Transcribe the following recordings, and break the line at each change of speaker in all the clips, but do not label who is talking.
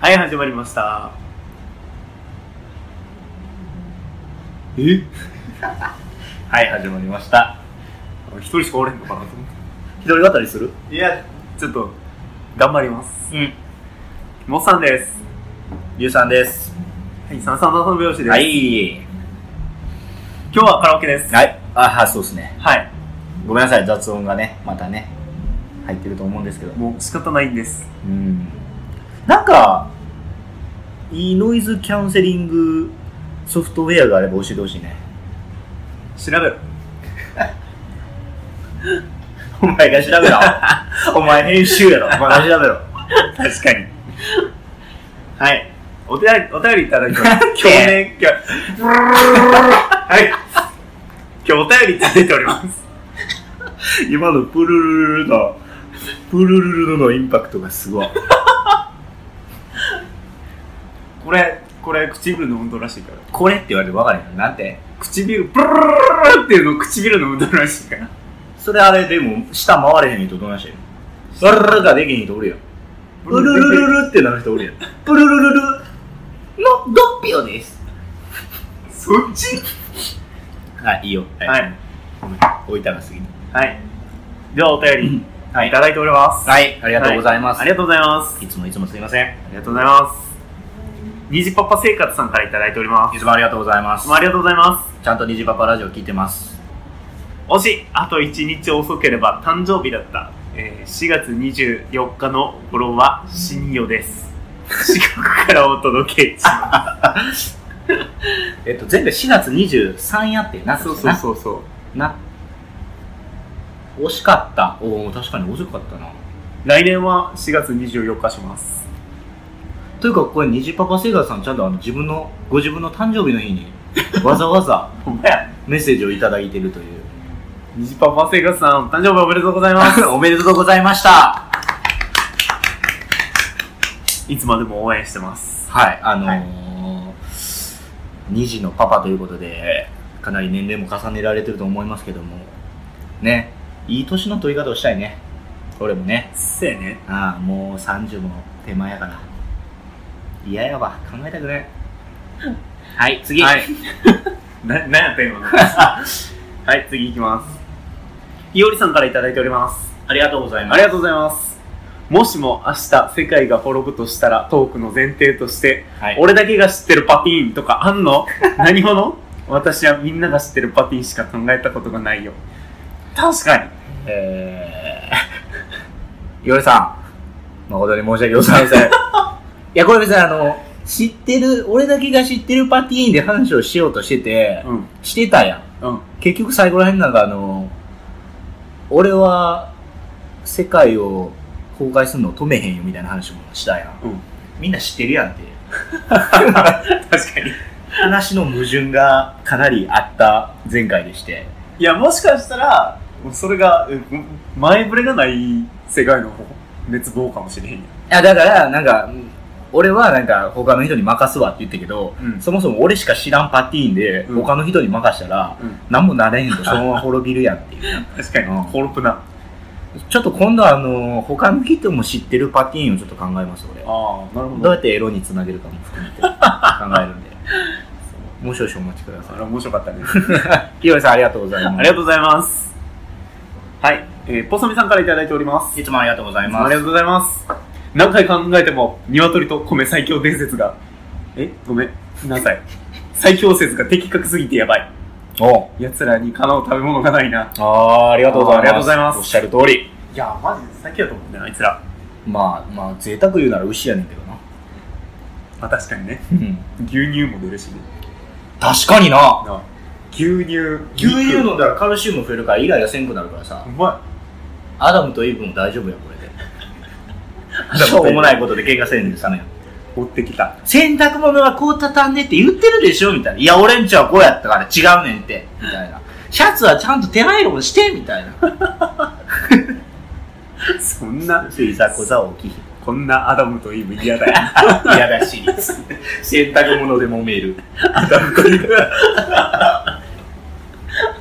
はい、始まりました。
え はい、始まりました。
一人しかおれんのかなと思っ
一人語りする
て。いや、ちょっと、頑張ります。
うん。
もっさんです。
ゆうさんです。
はい、三三の拍子です。
はい。
今日はカラオケです。
はい。あ、はい、そうですね。
はい。
ごめんなさい、雑音がね、またね、入ってると思うんですけど。
もう仕方ないんです。
うん。なんか、いいノイズキャンセリングソフトウェアがあれば教えてほしいね。
調べろ。
お前が調べろ。 お前編集やろ。お前が調べろ。 確かに。
はい。お便り、お便りいただきました。今日ね、今日、はい。今日お便りいただいております。
今のプルルルルの、プルルルルのインパクトがすごい。
これ、これ唇の運動らしいから。
これって言われて分からへんよ。なんて
唇、ブルルルルルっていうの唇の運動らしいから。
それあれでも下回れへん人どないしてるブルルルができへん人おるやんブルルルルルってなる人おるやんブルルルルのドッピオです
そっち
はいいいよ
はいい。
ごめん置いたが過ぎた
はい。ではお便り
はい
いただいております。
はいありがとうございます、
ありがとうございます。
いつもいつもすいません
ありがとうございます。虹パパ生活さんからいただいております。
いつもありがとうございます
どうもありがとうございます。
ちゃんと虹パパラジオ聞いてます
もし、あと1日遅ければ誕生日だった、えー4月24日の頃は死によです。 四国からお届けしま
えっと前回4月23やってな
す。そうそうそうそう。
うな惜しかったおお確かに惜しかったな
来年は4月24日します。
というかこれ虹パパ生活さんちゃんとあの自分のご自分の誕生日の日 にわざわざ
ほんまや。
メッセージをいただいているという。
虹パパ生活さん、誕生日おめでとうござい ます。
おめでとうございました。
いつまでも応援してます。
はい、あのー2児のパパということで、かなり年齢も重ねられてると思いますけども、ね、いい年の取り方をしたいね。俺もね。
そうやね。
ああ、もう30も手前やから。嫌やわ、考えたくない。はい、次。
はい。 な、なんやった 今のはい、次いきます。いおりさんからいただいております。
ありがとうござい
ありがとうございます。もしも明日世界が滅ぶとしたらトークの前提として、
はい、
俺だけが知ってるパティーンとかあん の何者私はみんなが知ってるパティーンしか考えたことがないよ。確かに。
えー、 よりさん、誠に申し訳ございません。いや、これ別にあの、知ってる、俺だけが知ってるパティーンで話をしようとしてて、
うん。
してたやん。
うん。
結局最後らへんなんかあの、俺は世界を崩壊するのを止めへんよみたいな話もしたやん。
うん。
みんな知ってるやんっていう。
確かに。
話の矛盾がかなりあった前回でして。
いや、もしかしたら、それが、うん前触れがない世界の滅亡かもしれへんやん。
いや、だから、なんか、うん俺はなんか他の人に任すわって言ったけど、
うん
そもそも俺しか知らんパティーンで、
うん
他の人に任したら、
うん
何もなれ へんと、そのまま滅びるやんっていう。
確かに、
うん
コルプな。
ちょっと今度はあの、他の人も知ってるパティーンをちょっと考えます、俺。
ああ、なるほ
どうやってエロにつなげるかも含めて考えるんで、 もう少々お待ちくだ
そ
さ
れ面白かった ね。
い。いおりさんありがとうございます。
ありがとうございます。はい、えー、ポソミさんからいただいております。
いつもありがとうござい
あ
ま
り
す。
がとうございます。何回考えても、鶏と米最強伝説が、え、ごめんな さい。最強説が的確すぎてやばい。
お
奴らにかなう食べ物がないな。
あーありがとうございま
あーあり
す。
がとうございます
おっしゃる通り。
いや、マジで最強だと思うね、あいつら。
まあ、まあ、贅沢言うなら牛やねんけどな。
まあ確かにね。
うん。
牛乳も出るしね。
確かにな。
なあ牛乳、
牛乳飲んだらカルシウム増えるからイライラせんくなるからさ
う、ま
アダムとイブも大丈夫やこれ
ムとイブ
でしょうもないことで喧嘩せんでさね
い。持ってきた。
洗濯物はこう畳んでって言ってるでしょみたいな「いや俺んちはこうやったから違うねんって」みたいな「シャツはちゃんと手配をして」みたいな
そんな、
いざこざ起き
こんなアダムとイブ嫌だよ。
嫌らしいです洗濯物で揉め るアダムとイブ
は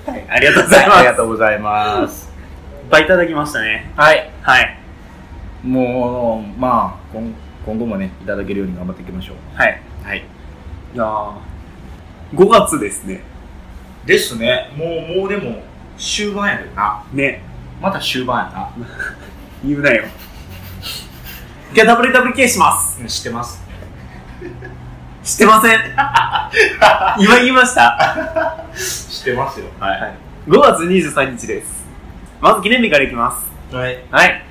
い、ありがとうございます。
ありがとうございます
いっぱいいただきましたね。
はい
はい。
もうまあこん今後もね、いただけるように頑張っていきましょう。
はい。
はい。
いやー5月ですね。
ですね。もう、もうでも、終盤やけどな。
ね。
また終盤や
言うなよ。じゃあ WWK します。
な。知ってます。
知ってませ ん。今言いました。
知ってますよ。
はい。5月23日です。まず記念日からいきます。
はい。
はい。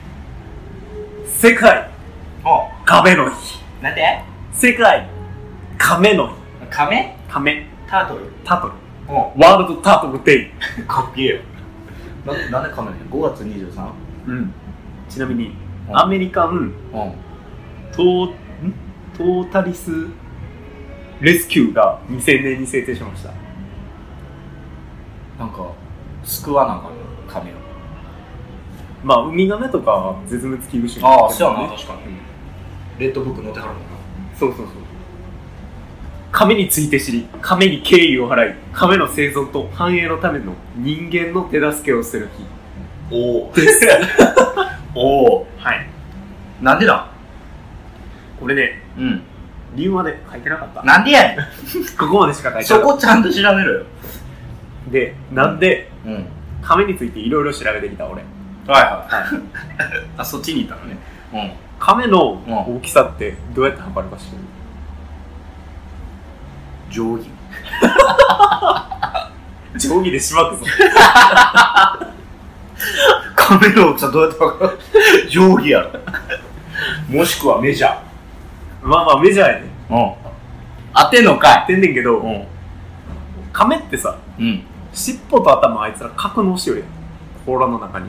世界
お
亀の日。
なんで
世界亀の日。
亀
亀
タートル。
タトル。
お
ワールドタトルデイ。
かっけえよ。な、なんで亀ね ?5 月 23?
うん。ちなみに、
うん
アメリカン
うん。
トー、んトータリスレスキューが2000年に制定しました。
なんか、救わなあかった亀を。
まあ、ウミガメとかは絶滅危惧種ね。
確かに。レッドブック乗ってはるもんな。
そうそうそう。亀について知り、亀に敬意を払い、亀の生存と繁栄のための人間の手助けをする日。
おお。おお。
はい。
なんでだ
これね、
うん。
理由まで書いてなかった。
なんでやね
ここまでしか書い
ん。
てなか
そ
っ
こちゃんと調べろよ。
た。で、なんで、
うん。はい
亀についていろいろ調べてきた、俺。
は
はい。あ、そっちにいたのね。
い。うん。
亀の大きさってどうやって測るか知ってる
定規。
定規でしまくぞ。
亀の大きさどうやって分かる定規やろ。 もしくはメジャー。
まあまあメジャーやね。
うん。当てんのか
てんねんけど、
い。ん。
亀ってさ、
うん。
尻尾と頭あいつら格納してるやん。甲羅の中に。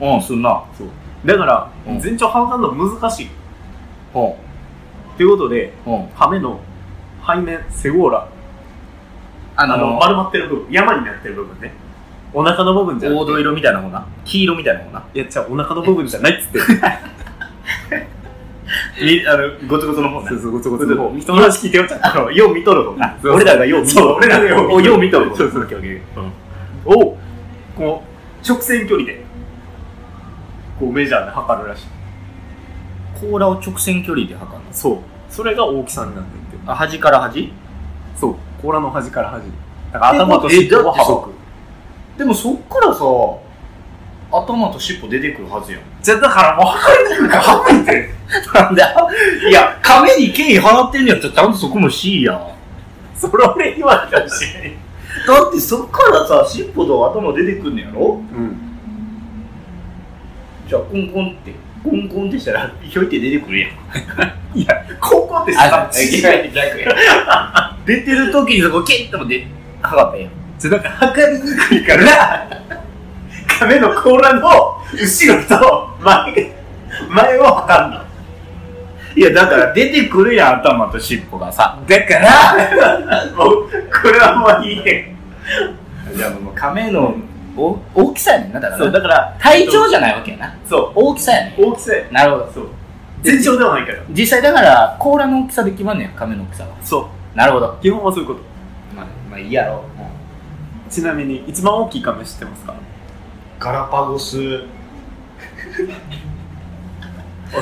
うん。うん、すんな。
そう。だから、
うん
全長測るの難しい。
うん。うん。
ということで、亀の背面、背甲羅、
あ
あの、
の、
丸まってる部分、山になってる部分ね。お腹の部分じゃな
黄
くて
土色みたいな方な。黄色みたいな方な。
いや、じゃあお腹の部分じゃないっつって。 そ
みあの、ごつごつの方な。
うそう、ごつごつ
ごつごつ
人の話聞いてよっちゃった。よう見とると
あ俺らがよう見とる
そう、俺らがよう見とる。
よう見とる
そうそう、
うん
をこう直線距離でこうメジャーで測るらしい
甲羅を直線距離で測るの。
そうそれが大きさになってって
あ、端から端
そう甲羅の端から端だから頭と尻尾を
えだっ
はく
でもそっからさ、頭と尻尾出てくるはずやん。
じゃあだからもう測れてるから測 れてる
なんだいや、亀に敬意払ってんのやったらちゃんとそこも C やん。
それ俺言われたしれない
だってそっからさ、尻尾と頭出てくんねやろ
うん
じゃあコンコンって、コンコンってしたら、ひょいって出てくるやん。
いや高校ってさ違う
逆や。出てる時にそこキッとも出、測ったやん。
じゃあだから測りにくいから亀の甲羅の後ろと前前を測るの
いや、だから出てくるやん、頭と尻尾がさ。
だからもうこれはもういいね
じゃあもう亀のお大きさやねんな、だから
そう
な。
だから
体長じゃないわけやな。
そ
大きさやね
う大きさ
ん。なるほど。
そう全長ではないから
実際だから甲羅の大きさで決まんねや亀の大きさが
そ
なるほど
う基本はそういうこと
まあ、まあ、いいやろ、
ちなみに一番大きいカメ知ってますか
ガラパゴス
惜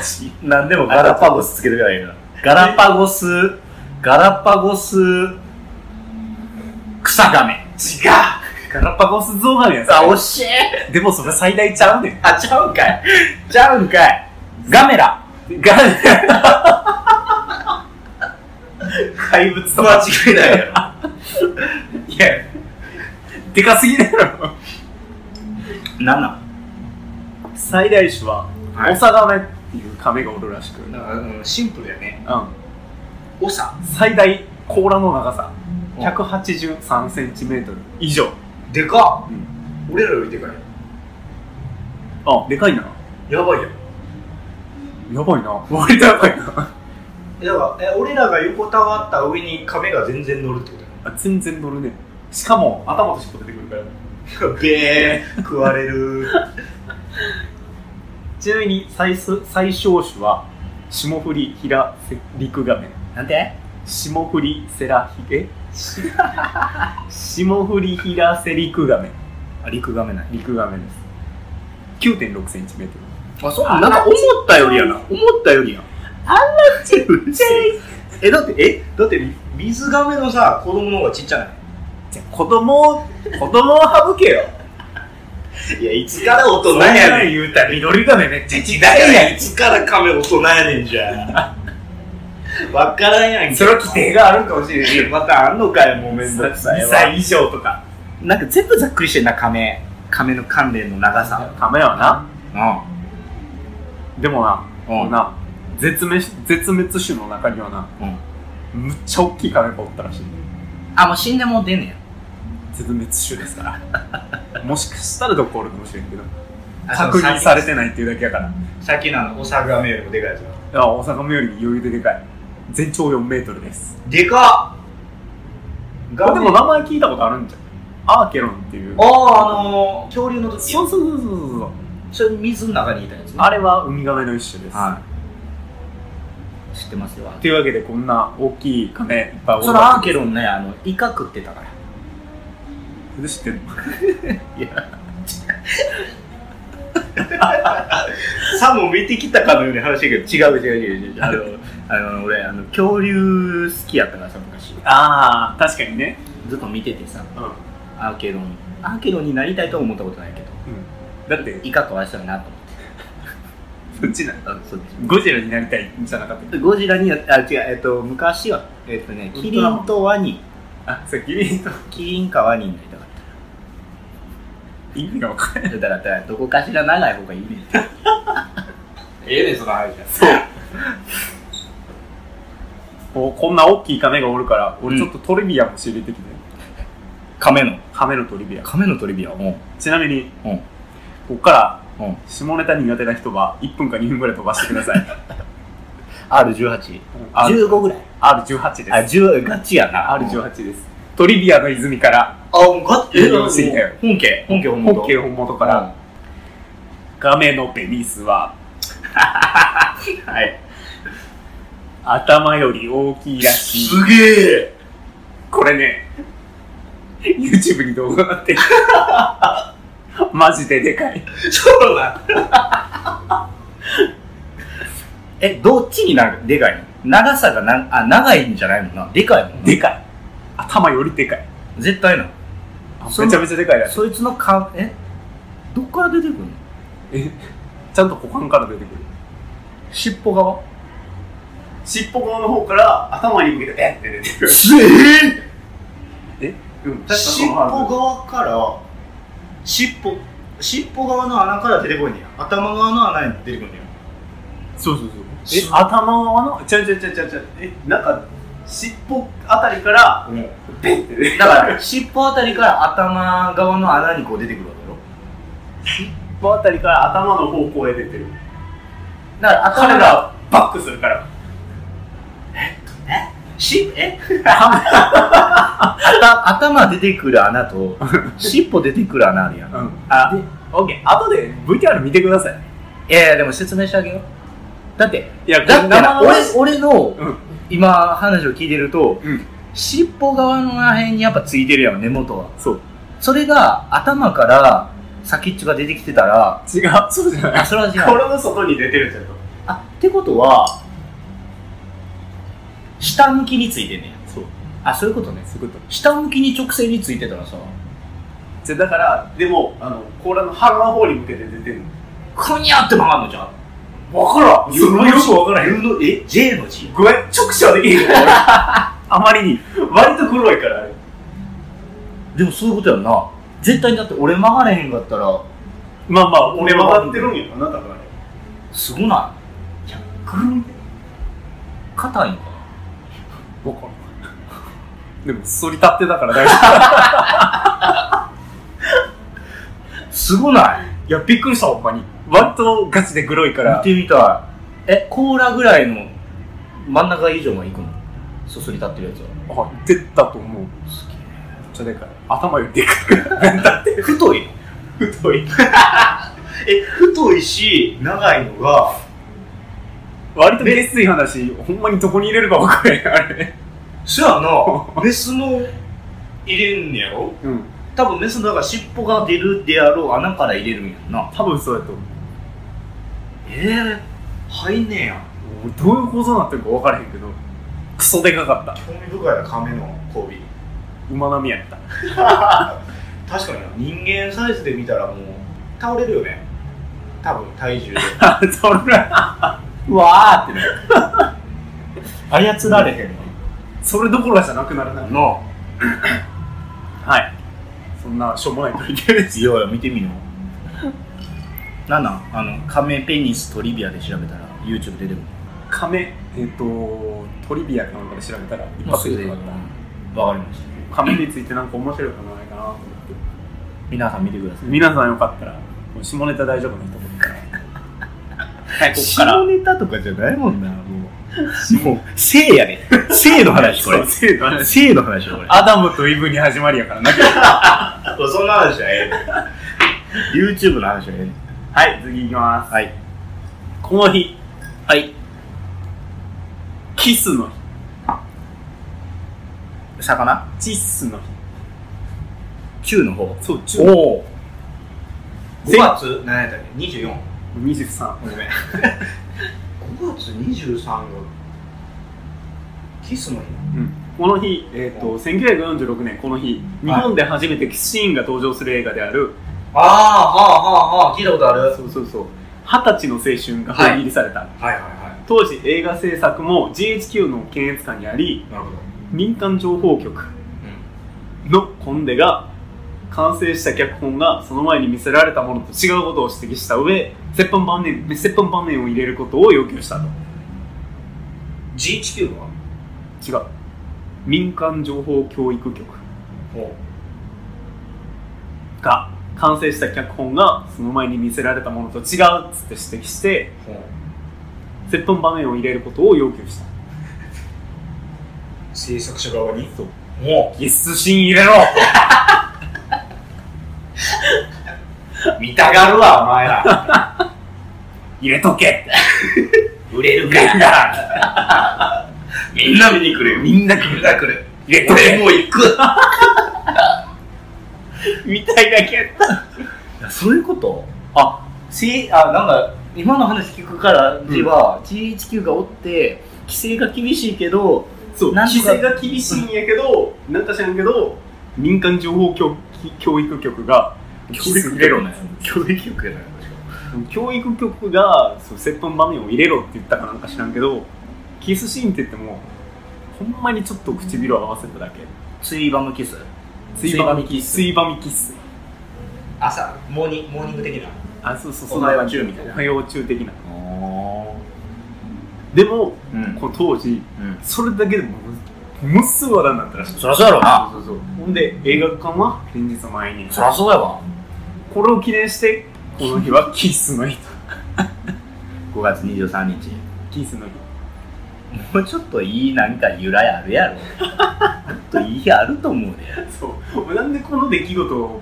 しい
なんでもガラパゴスつけてくれいなガラパゴスガラパゴス草亀
違うガラパゴスゾウガメや
あ惜
さ
しい
でもそれ最大ちゃうねん
あちゃうんかいちゃうんかいガメラ
ガ怪物と間違いないやろいやでかすぎだろ
なんなん
最大種は
はい
オサガメっていうカメがおるらしく、
なんかうんシンプルやね
う
オサ
ん、最大甲羅の長さ
うん
1 8 3トル以上
でか
う
っ俺らよりでかい
あでかいな
やばいやん
やばいな割とやばいな
だからえ俺らが横たわった上に亀が全然乗るってこと
あ全然乗るねしかも頭と尻尾出てくるから
べー食われる
ちなみに最す最小種は霜降りヒラセリクガメ
なんて
霜降りセラヒ えし霜降りヒラセリクガメ
あ陸亀ない
リクガメです9 6センチメートル
あそうなんか思ったよりやな思ったよりや
ちっちゃい。
え、だって、えだって、水亀のさ、子供の方がちっちゃな
子供を、子供を省けよ。
いいや、いつから大人
何
や
や
ねん。
ねん言うたら、緑亀めっちゃ時
時
代
代
や
やいつから亀大人やねんじゃ ん。わからんやん
ん。それは規定があるんかもしれない。
またあんのかよ、もうめんどくさい
2
わ。
歳以上とか。
なんか全部ざっくりしてんな、亀。亀の関連の長さ。
亀はな。
う
でもな、
ん。
もうな、絶滅し、絶滅種の中にはな、むっちゃ大きい亀がおったらしい。
あ、もう死んでもう出んねや。
絶滅種です から。もしかしたらどこおるかもしれんけど。
あ
確認され
そ
てないっていうだけやから。
のさっきさっきのあの、お魚よりもでかいやつよ
あ大阪もより余裕ででかい。全長4メートルです。
でかっ
あでも名前聞いたことあるんじゃん。アーケロンっていう。
ああ、あのー、恐竜の時
そうそうそうそうそうそう。
それ水の中にいたやつね
あれはウミガメの一種です。
い。知ってますよ。
というわけでこんな大きい亀いっぱいおる
そのアーケロンね、あの、イカ食ってたから。
それ知ってんの
さも見てきたかのように話してるけど違う違う違う違う
あの、あの俺、あの、恐竜好きやったからさ、昔。
ああ、確かにね。
ずっと見ててさ、
うん。
アーケロン。アーケロンになりたいとは思ったことないけど、
だって、
イカかわいそうやなと思って。
そっちなん
あそうです
ゴジラになりたいんじゃなかったっけ
ゴジラには、あ、違う、えっと、昔は、えっとね、キリンとワニ。
あ、さっき言った
キリンかワニになりたかっ
意味が分かんない。
た。だからだから、どこかしら長い方がいいねん。
ええねんその話
こうこんな大きい亀がおるから、俺ちょっとトリビアも仕入れてきて。
亀の。
亀のトリビア。
亀のトリビア。うん。
ちなみに、
うん
ここから、
うん。
下ネタ苦手な人は1分か2分ぐらい飛ばしてください。
R18。
R-
15ぐらい。
R18
あ、
です。
10、ガチやな。
R18 です。トリビアの泉から、
あ、もうガッ
えなんかもう
本家本家本
本家本元
か
から、
ら。
亀のペニス は
はい
頭より大きいらしい。
すげえ
これね、YouTube に動画があ ってるマジででかい。
そうだ
え、どっちになるでかいの長さがな、あ、長いんじゃないもんな。でかいもんな。
でかい。頭よりでかい。
絶対な。
あ
その
めちゃめちゃでかいやつ。
そいつのか、えどっから出てくるの
えちゃんと股間から出てくる。
尻尾側
尻尾側の方から頭に向けて、えって出てくる。
すえ
うん、確か
尻尾
が。
側から尻尾尻尾側の穴から出てこいねや頭側の穴に出てこいねや
そうそうそう。え
す、
頭側の、ちゃうちゃうちゃうちゃうちゃう。え、なんか、尻尾あたりから、ペンって出てくる
だから、尻尾あたりから頭側の穴にこう出てくるわけよ。
尻尾あたりから頭の方向へ出てる。
だから
彼
頭
ら
が、
はバックするから。
し え
あた頭出てくる穴と、尻尾出てくる穴あるやん。
うん。あ、オッケー。後で VTR 見てください。
いやいや、でも説明してあげよう。だって、
いや、
だってな
これ
俺、俺の
うん、
今話を聞いてると、
うん
尻尾側のら辺にやっぱついてるやん、根元は。
そう。
それが頭から先っちょが出てきてたら、
違う。そうじゃない
あ、。それは違う。
心の外に出てるじゃんと。
あ、ってことは、下向きについてんねや。
そう。
あ、そういうことね。
そういうこと。
下向きに直線についてたらさ、
じゃあだから、でも、あの、甲羅の腹の方に向けて出てる
くにゃって曲がるのじゃん。
の。わからん。よよくわからんよ。
言うのえ J の字
ごめん、直視はできへんから俺 あまりに。割と黒いから、あれ。
でもそういうことやんな。絶対にだって俺曲がれへんかったら、
まあまあ、俺曲がってるんやろな、だから。
すごな
くるん
い硬いんかな
わからん。でも、反り立ってだから大丈
すごない
夫。 いや、びっくりした、ほんまに。割とガチで黒いか
見
ら。
てみたいえ甲羅ぐらいの真ん中以上までいくのそそり立ってるやつは
あ、出たと思う。
すげえ
めっちゃでかい。頭よりでか
太い
い。太い。
え太いし長いのが
割と下水話、ほんまにどこに入れるか分からへん、あれ。
そや なメスの入れんねやろ
うん。
多分メスのだから尻尾が出るであろう穴から入れるんやんな
多分そうやと思う。
ええ入んねや
うもうどういう構造になってるか分からへんけどクソでかかった
興味深いな亀の交尾
馬並みやった
確かにな人間サイズで見たらもう倒れるよね多分体重で
それ
うわーってね。
操られへんの
それどころじゃなくならないのはいそんなしょうもない体験です
いやいや、見てみよう。 なんなんあの、亀ペニストリビアで調べたら YouTube 出てくる。
亀えっ、とトリビアかなんかで調べたら一発で出て
わ
くる
か
か
りました。
ら亀についてなんか面白いことないかなと思って
皆さん見てください。
皆さんよかったら下ネタ大丈夫な人もいたらはいここから
下ネタとかじゃないもんな、もう。もう、性やね。性の話、これ。
そうそうそう
性の話よ、これ。
アダムとイブに始まりやからな
そんな話じゃええね
YouTube の話はね。
はい次いきます
はい。
この日
はい。
キスの日
魚
チッスの日
中の方。
そう中
おお。
5月何やったっけ 24?
23
ごめん5月23がキスの日
この日、えー、と1946年この日日本で初めてキスシーンが登場する映画である、
ああはあはあはあ聞いたことある
そうそうそう二十歳の青春が封切りされた、
はいはいは
当時映画制作も GHQ の検閲下にあり
いなるほど、
民間情報局のコンデが完成した脚本がその前に見せられたものと違うことを指摘した上折半場面折半場面を入れることを要求したと
GHQ は
違う民間情報教育局
ほ
が完成した脚本がその前に見せられたものと違うっつって指摘して
うほう
接吻場面を入れることを要求した
制作者側に
そう
も
キスシーン入れろ
う見たがるわお前 ら
入れとけ
売れるか みんな見に来るよみんな来るな来る
入れ
俺もう行く
みたいなけ
いやそういうこと
あ
せあなんか今の話聞くからでは、GHQ がおって規制が厳しいけど
そう
なんと
規
か
制が厳しいんやけどなんか知らんけど民間情報教教育局が
教育入れろね
教育局やない確か
教育局がそう接吻場面を入れろって言ったかなんか知らんけどキスシーンって言ってもほんまにちょっと唇を合わせただけ
ついばむキス
ついばみキスついばみキス
朝モーニモーニング的な
あそうそうそ
お
う
前は中みたい
お
な
はよう中的な
お
でも
うん
こう当時
うん
それだけでもものすごい話題になったらしい
そりゃそうやろうな
そうそうほんで映画館は連日前に
そりゃそうやわ
これを記念してこの日はキスの日と
5月23日
キスの日
もうちょっといいなんか由来あるやろもっといい日あると思うで、
そうお前なんでこの出来事を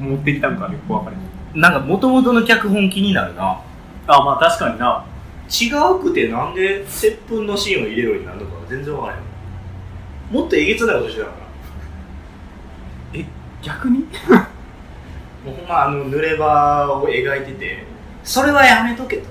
持ってきたんかよく分かれへん
なんかもともとの脚本気になるな
あまあ確かにな
違うくてなんで接吻のシーンを入れろになんのか全然わからへんもっとえげつないことしてたのかな
逆に
もうほんまあの濡れ場を描いててそれはやめとけと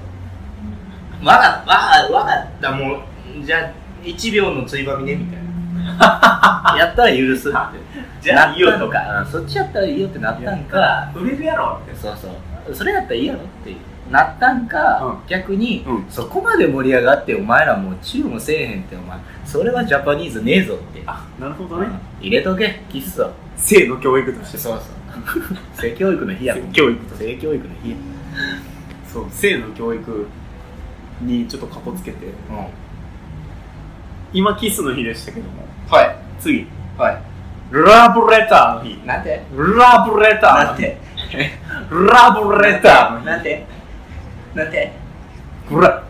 わかったわかったもうじゃあ1秒のついばみねみたいな
やったら許すって
じゃあいいよ
なっ
と
たのかうんそっちやったらいいよってなったんか
売れるやろって
そうそうそれやったらいいやろってなったんか、逆に、
うん
そこまで盛り上がってお前らもうチューもせえへんってお前それはジャパニーズねえぞって
あなるほどね
入れとけキッスを
性の教育とし て
そうそう性教育の日やもん
性教育として
性教育の日や
そう性の教育にちょっとかこつけて
うん
今キスの日でしたけども
は
次
いは
ラブレターの日
いなんて
ラブレター
なん
の日
て
ラブレターの
なんてなんて
日ブラ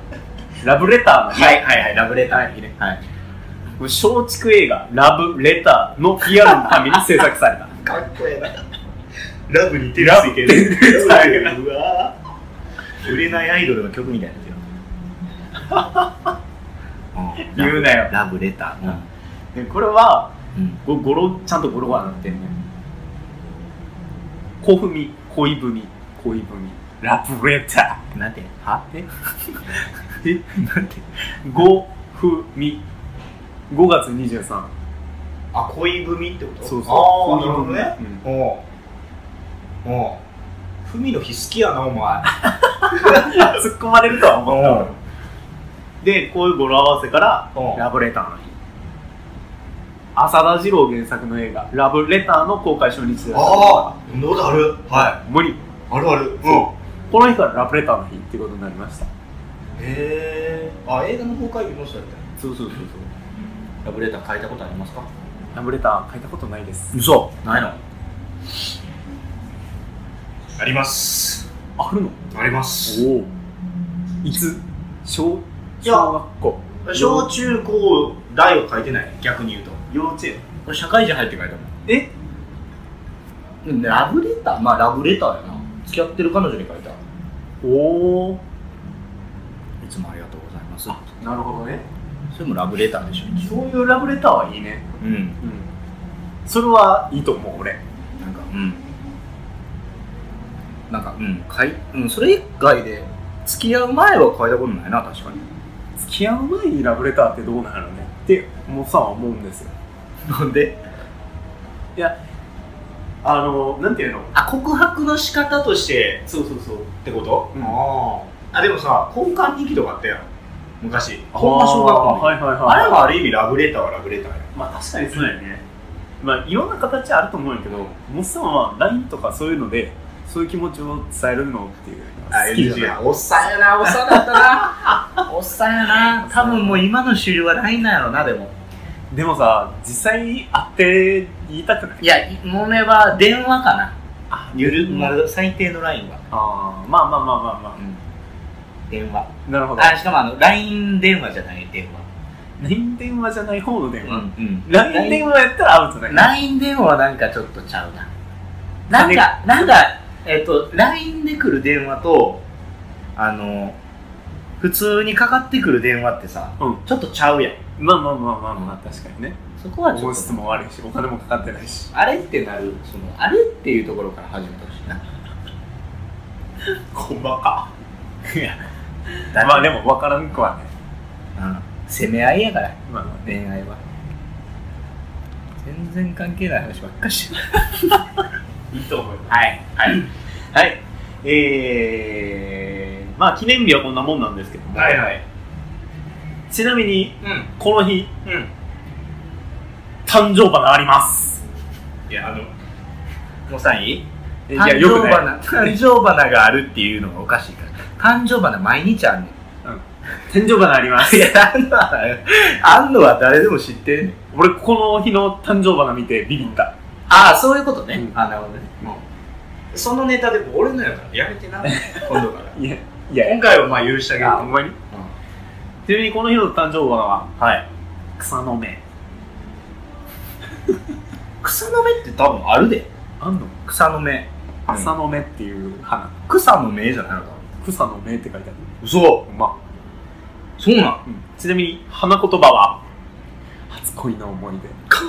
ラブレターの日
はいはいはいラブレターの日ねはい
松竹映画「ラブレター」の PR のために制作された
かっこええなラブに手
ラブに手ついてる
うわ
売れないアイドルの曲みたいですようん
言うなよ
ラブレター
でこれは
うん、うん
ごごろちゃんと語呂がなってんね小文恋文恋文ラブレタ
なんては
ーえ え5ふみ5月23
あ恋文ってこと
そうそう
ああなる
恋文
ほどね、おうおう文の日好きやなお前
突っ込まれるとは思った
おう
でこういう語呂合わせから
おう
ラブレターの日浅田次郎原作の映画「ラブレター」の公開初日で
ああ飲んだことあるは
無理
いあるあるうん
そこの日からラブレターの日っていうことになりました
へえあ映画の公開日もそうやったよ
そうそうそうそう
ラブレター書いたことありますか
ラブレター書いたことないです
嘘ないの
あります
あるの
あります
おおいつ小
いや
小学校
小中高大は書いてない逆に言うと
幼稚園
これ社会人入って書いたも
え
んラブレターまあラブレターやな付き合ってる彼女に書いたい
おお
つもありがとうございます
なるほどね
それもラブレターでしょ一応
そういうラブレターはいいね
うん
うんそれはいいと思う俺
なんかうんなんかうんかい、うん、それ以外で付き合う前は書いたことないな確かに
付き合う前にラブレターってどうなるのねってもうさは思うんですよ
なん で
いやあのなんていうの
あ告白の仕方として
そうそうそう
ってこと、
うん
あああでもさ交換日記とかあったやん昔
ほ
ほ
ん
ん
ま
ま
小
小
学
学
校
校
の
の
時はいはいはい
あれはある意味ラブレターはラブレターや
まあ確かにそうだよねまあいろんな形あると思うんやけどもっさんは LINE とかそういうのでそういう気持ちを伝えるのっていうのが好きじゃない
おっさんやなおっさんだったな
おっさんやな多分もう今の主流は LINE なんやろなでも
でもさ実際に会って言いたくない
いやいもめは電話かな
あ
ゆる、
うん
まあ最低の LINE は、
あーまあまあまあまあま
電話
あなるほど
あしかもあの LINE 電話じゃない電話
LINE 電話じゃない方の電話、
ん
LINE 電話やったらアウトだよ
LINE 電話はなんかちょっとちゃうななんかなんかえっと LINE で来る電話とあの普通にかかってくる電話ってさ、
うん
ちょっとちゃうやん
まあまあまあまあまあ確かにね
そこはちょ
音
っ
質
と
も悪いしお金もかかってないし
あれってなるそのあれっていうところから始めてほしいな
こんばんかま
ま
あ
あ
で
で
も分からんくはね
うん攻め合いやから
まあまあね
恋愛は全然関係ない話ばっかりしてる
いいと思います
はいはい
はいえー、まあ記念日はこんなもんなんですけども、
はいはい
ちなみに
うん
この日
うん
誕生花あります
いやあのもう3位
い
誕生
くない
花誕生花があるっていうのがおかしいから誕生花毎日あんね
誕生花ありま
ん
す
いやあんのはあんのは誰でも知ってんねん
俺この日の誕生花見てビビった
ああそういうことね、
うん
あなるほどね
そのネタでも俺のやからやめて な今度から
いやいや
今回はまあ許してあげる
あほんまにちなみにこの日の誕生花は
はい
草の芽
草の芽って多分あるで
あんの
草の芽
草の芽っていう花
草の芽じゃないのか
草の芽って書いてある
嘘
ほんま
そうなん
ちなみに花言葉は初恋の思い出
か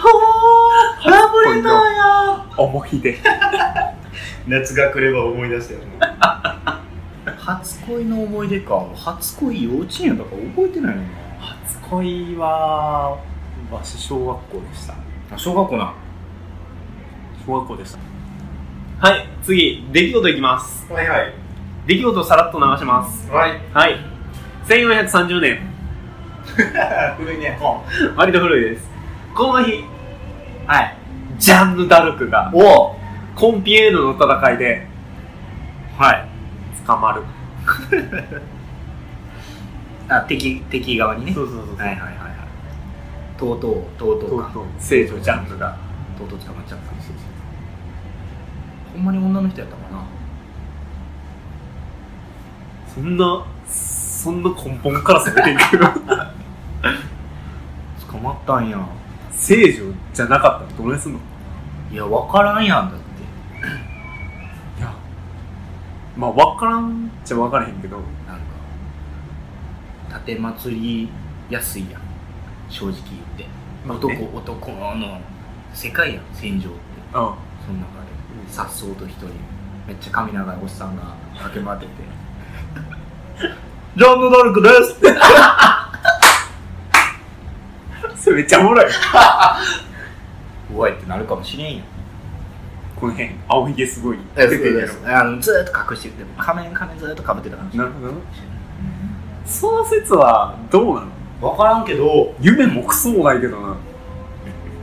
ーラブレターや
思い出
夏が来れば思い出すよ
ー 初恋の思い出か初恋幼稚園やったから覚えてないの
初恋はわし小学校でした
な小学校な
小学校でしたはい次出来事いきます
はいはい
出来事をさらっと流します
はい
はい1430年
古いね
割と古いですこの日
はい
ジャンヌ・ダルクが
お
コンピエーヌの戦いで
はい
捕まる
あ敵敵側にね
そうそうそうそう
はいはいはいはいとうとうとうと
と
う
う
か
とう聖女ジャンヌが
とうとう捕まっちゃったほんまに女の人やったかな
そんなそんな根本から攻めていく
捕まったんや
聖女じゃなかったらどれすんの
いや分からんやんだって
いやまあ分からんっちゃ分からへんけど
なんか盾祭りやすいやん正直言って
まあ
男、
ね
男の世界やん戦場って
うん
その中でさ っそうと一人めっちゃ髪長いおっさんが駆け回っててジョンヌ・ドルクですって。
それめっちゃおもろい。
おいってなるかもしれんよ。
この辺、青ひげすごい。
えそうですあのずーっと隠してる。でも仮面、仮面ずーっと被ってたから。
なるほど。その説はどうなの
分からんけど
夢もクソもないけどな。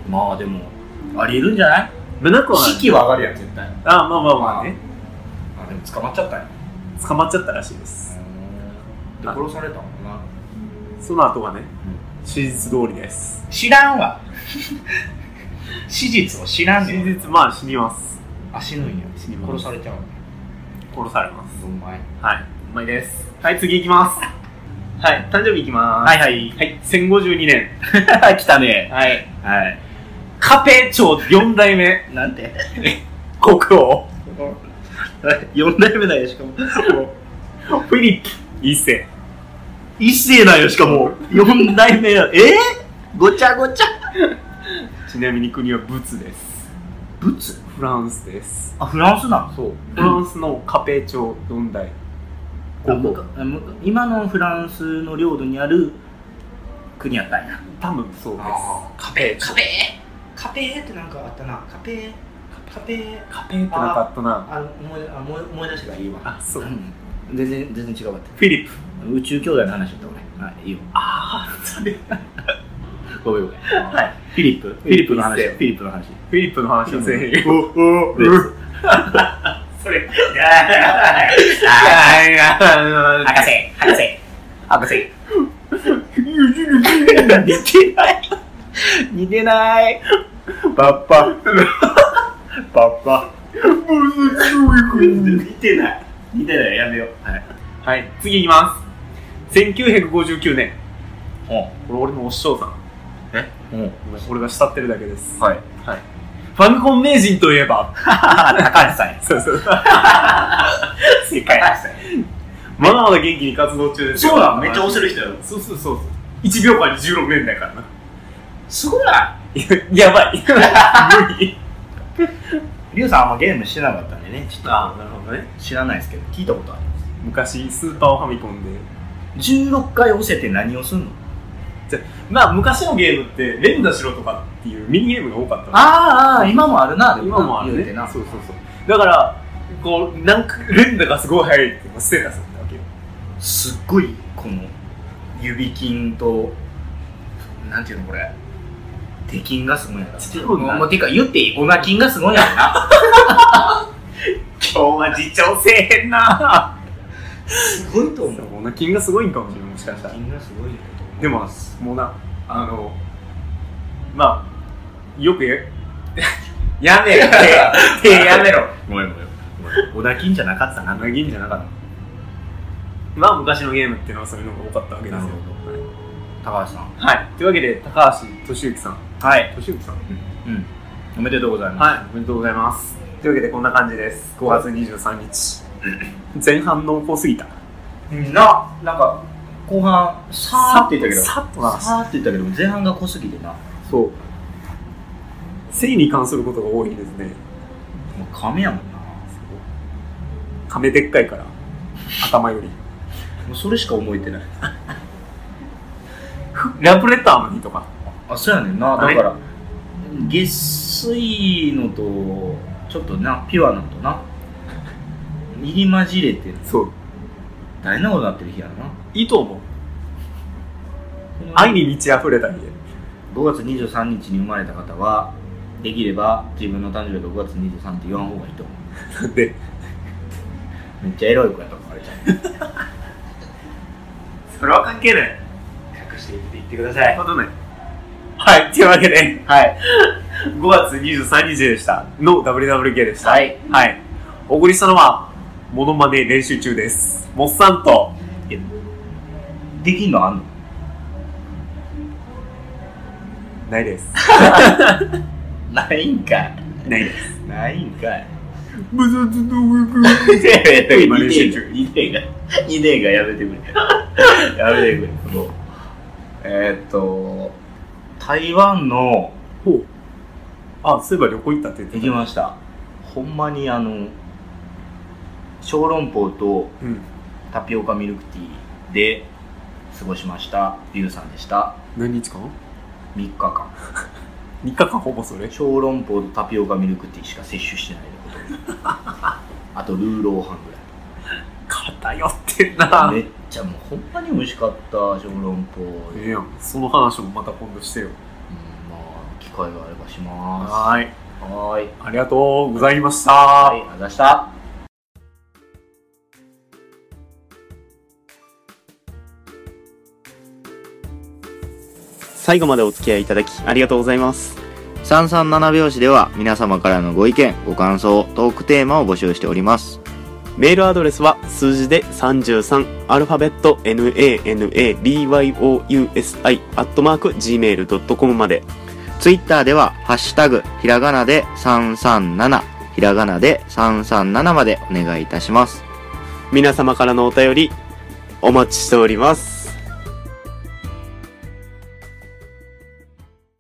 まあでも、ありえるんじゃない
まあなくはない
士気は上がるやん、絶対。
あまあまあまあね。
あ、でも捕まっちゃったんや。
捕まっちゃったらしいです。
で、殺されたもんな。
その後はね、史実通りです。
知らんわ史実を知らんね
史
ん
実、まあ死にます。
あ死ぬんや
死にます
殺されちゃうんだ
殺されます。
うまい
はい。うまいです。はい、次いきます。はい、誕生日いきます。
はいはい。
はい、1052年。
来たね。
はい。
はい。
カペ朝4代目、
なんて
国王。
?4 代目だよ、しかも。
フィリップ一世。
一世なんよ、しかも。4代目や。えー、ごちゃごちゃ。
ちなみに国はブツです。
ブツ
フランスです。
あ、フランスなのそう。
フランスのカペ朝4代。
あむかあむか今のフランスの領土にある国やったんや。
多分そうです。
カペーカペーカペーってなんかあったなカペーカペー
カペってなかったな。
あの思いあ思い思い出したからいいわ
あ、そう。フ
全然、全然違うかった。
ィリップ。
宇宙兄弟の話だった俺。はい、いいよ。ああ、ごめんごめん。はい。フィリップ。フィリップの話。
フ
フィリップの話。
フィリップの話をせえへん。
それ
あいやあの
博士博士博士似てない似てない
バッパ。バッパ。
似てない似てないやめよう
はい、次いきます。1959年。
う
これ俺のお師匠さん。
んうん
俺が慕ってるだけです。
はい
はい。ファミコン名人といえば。
高橋さんや
そうそう。
正解
まだまだ元気に活動中ですよ
そうだめっちゃ押せる人やろ
そうそうそうそう。1秒間に16年だからな。
すごな
やばい。無理。
リュウさんあんまゲームしてなかったんでねちょっと
あなるほどね。
知らないですけど聞いたことある
昔、スーパーファミコンで。
16回押せて何をすんの
まあ、昔のゲームって、連打しろとかっていうミニゲームが多かったの
あーあー今もあるなでな
今もある
言
ね
うてな
そうそうそうだからこうなんか連打がすごい速いっていうのがステータスだったわけよ
すっごいこの指筋となんていうのこれ手筋がすごいやろ
ちょっとな
もうてか言っていいオナ筋がすごいやろな
今日は自重せえへんな
すごいと思う
もうな金がすごいんかもしれんもしかしたら
みんなすごいよ
でももうなあのまあよくややめろ 手手やめろ
ごめんごめんごめん。小田金じゃなかったな。
投げんじゃなかったまあ昔のゲームっていうのはそういうのが多かったわけですよ
なる高橋さん。
はいというわけで高橋俊之さん
はい。
俊之さん
うん。おめでとうございます。
はい、おめでとうございます。というわけでこんな感じです。5月23日。前半濃厚すぎた。
な、なんか、後半、さーって言ったけど、
さっとな。
さーって言ったけど、前半が濃すぎてな。も
そう。性に関することが多いですね。
う亀やもんな。
亀でっかいから。頭 より。
もうそれしか覚えてない。
ラブレターの日とか。
あ、そうやねんな。
は
だ
い
から、月水のと、ちょっとな、ピュアなのとな。入り混じれて、
そう。
大変なことになってる日やない
いと思う。
な。
愛に満ち溢れた 日で。
5月23日に生まれた方はできれば自分の誕生日が5月23って言わん方がいいと思
なんで、
うめっちゃエロい子やと思われちゃう
それは関係ない。
隠していって言ってください
ほどね。はい、というわけで、
はい
5月23日でした。の WWK でした。
はい
はい。お送りしたのは、モノマネ練習中です。モッサンと、
できんのあんの
ないです。
ないんかい
ないです。
ないんか い
ブズズズズズ
似てん
今
が
練習中
似てんが似てんがやめてく れやめてくれそうえーっと台湾の
ほう。あ、そういえば旅行行ったって言って
行
た。
きましたほんまにあの小籠包と
うん。
タピオカミルクティーで過ごしましたリュウさんでした
何日間
3日間
?3 日間ほぼそれ。
小籠包とタピオカミルクティーしか摂取してないことに あとルーローハンぐらい
偏ってんな。
めっちゃもうほんまに美味しかった小籠包、うん、
ええやん。その話もまた今度してよ。
まあ機会があればしま
はーい。
すはーい
ありがとうございました。
はいありがとうございました
最後までお付き合いいただきありがとうございます
337拍子では皆様からのご意見、ご感想、トークテーマを募集しております。
メールアドレスは数字で33アルファベット nanabyousi アットマーク gmail.com まで
Twitter では、ハッシュタグ、ひらがなで337、ひらがなで337までお願いいたします。
皆様からのお便りお待ちしております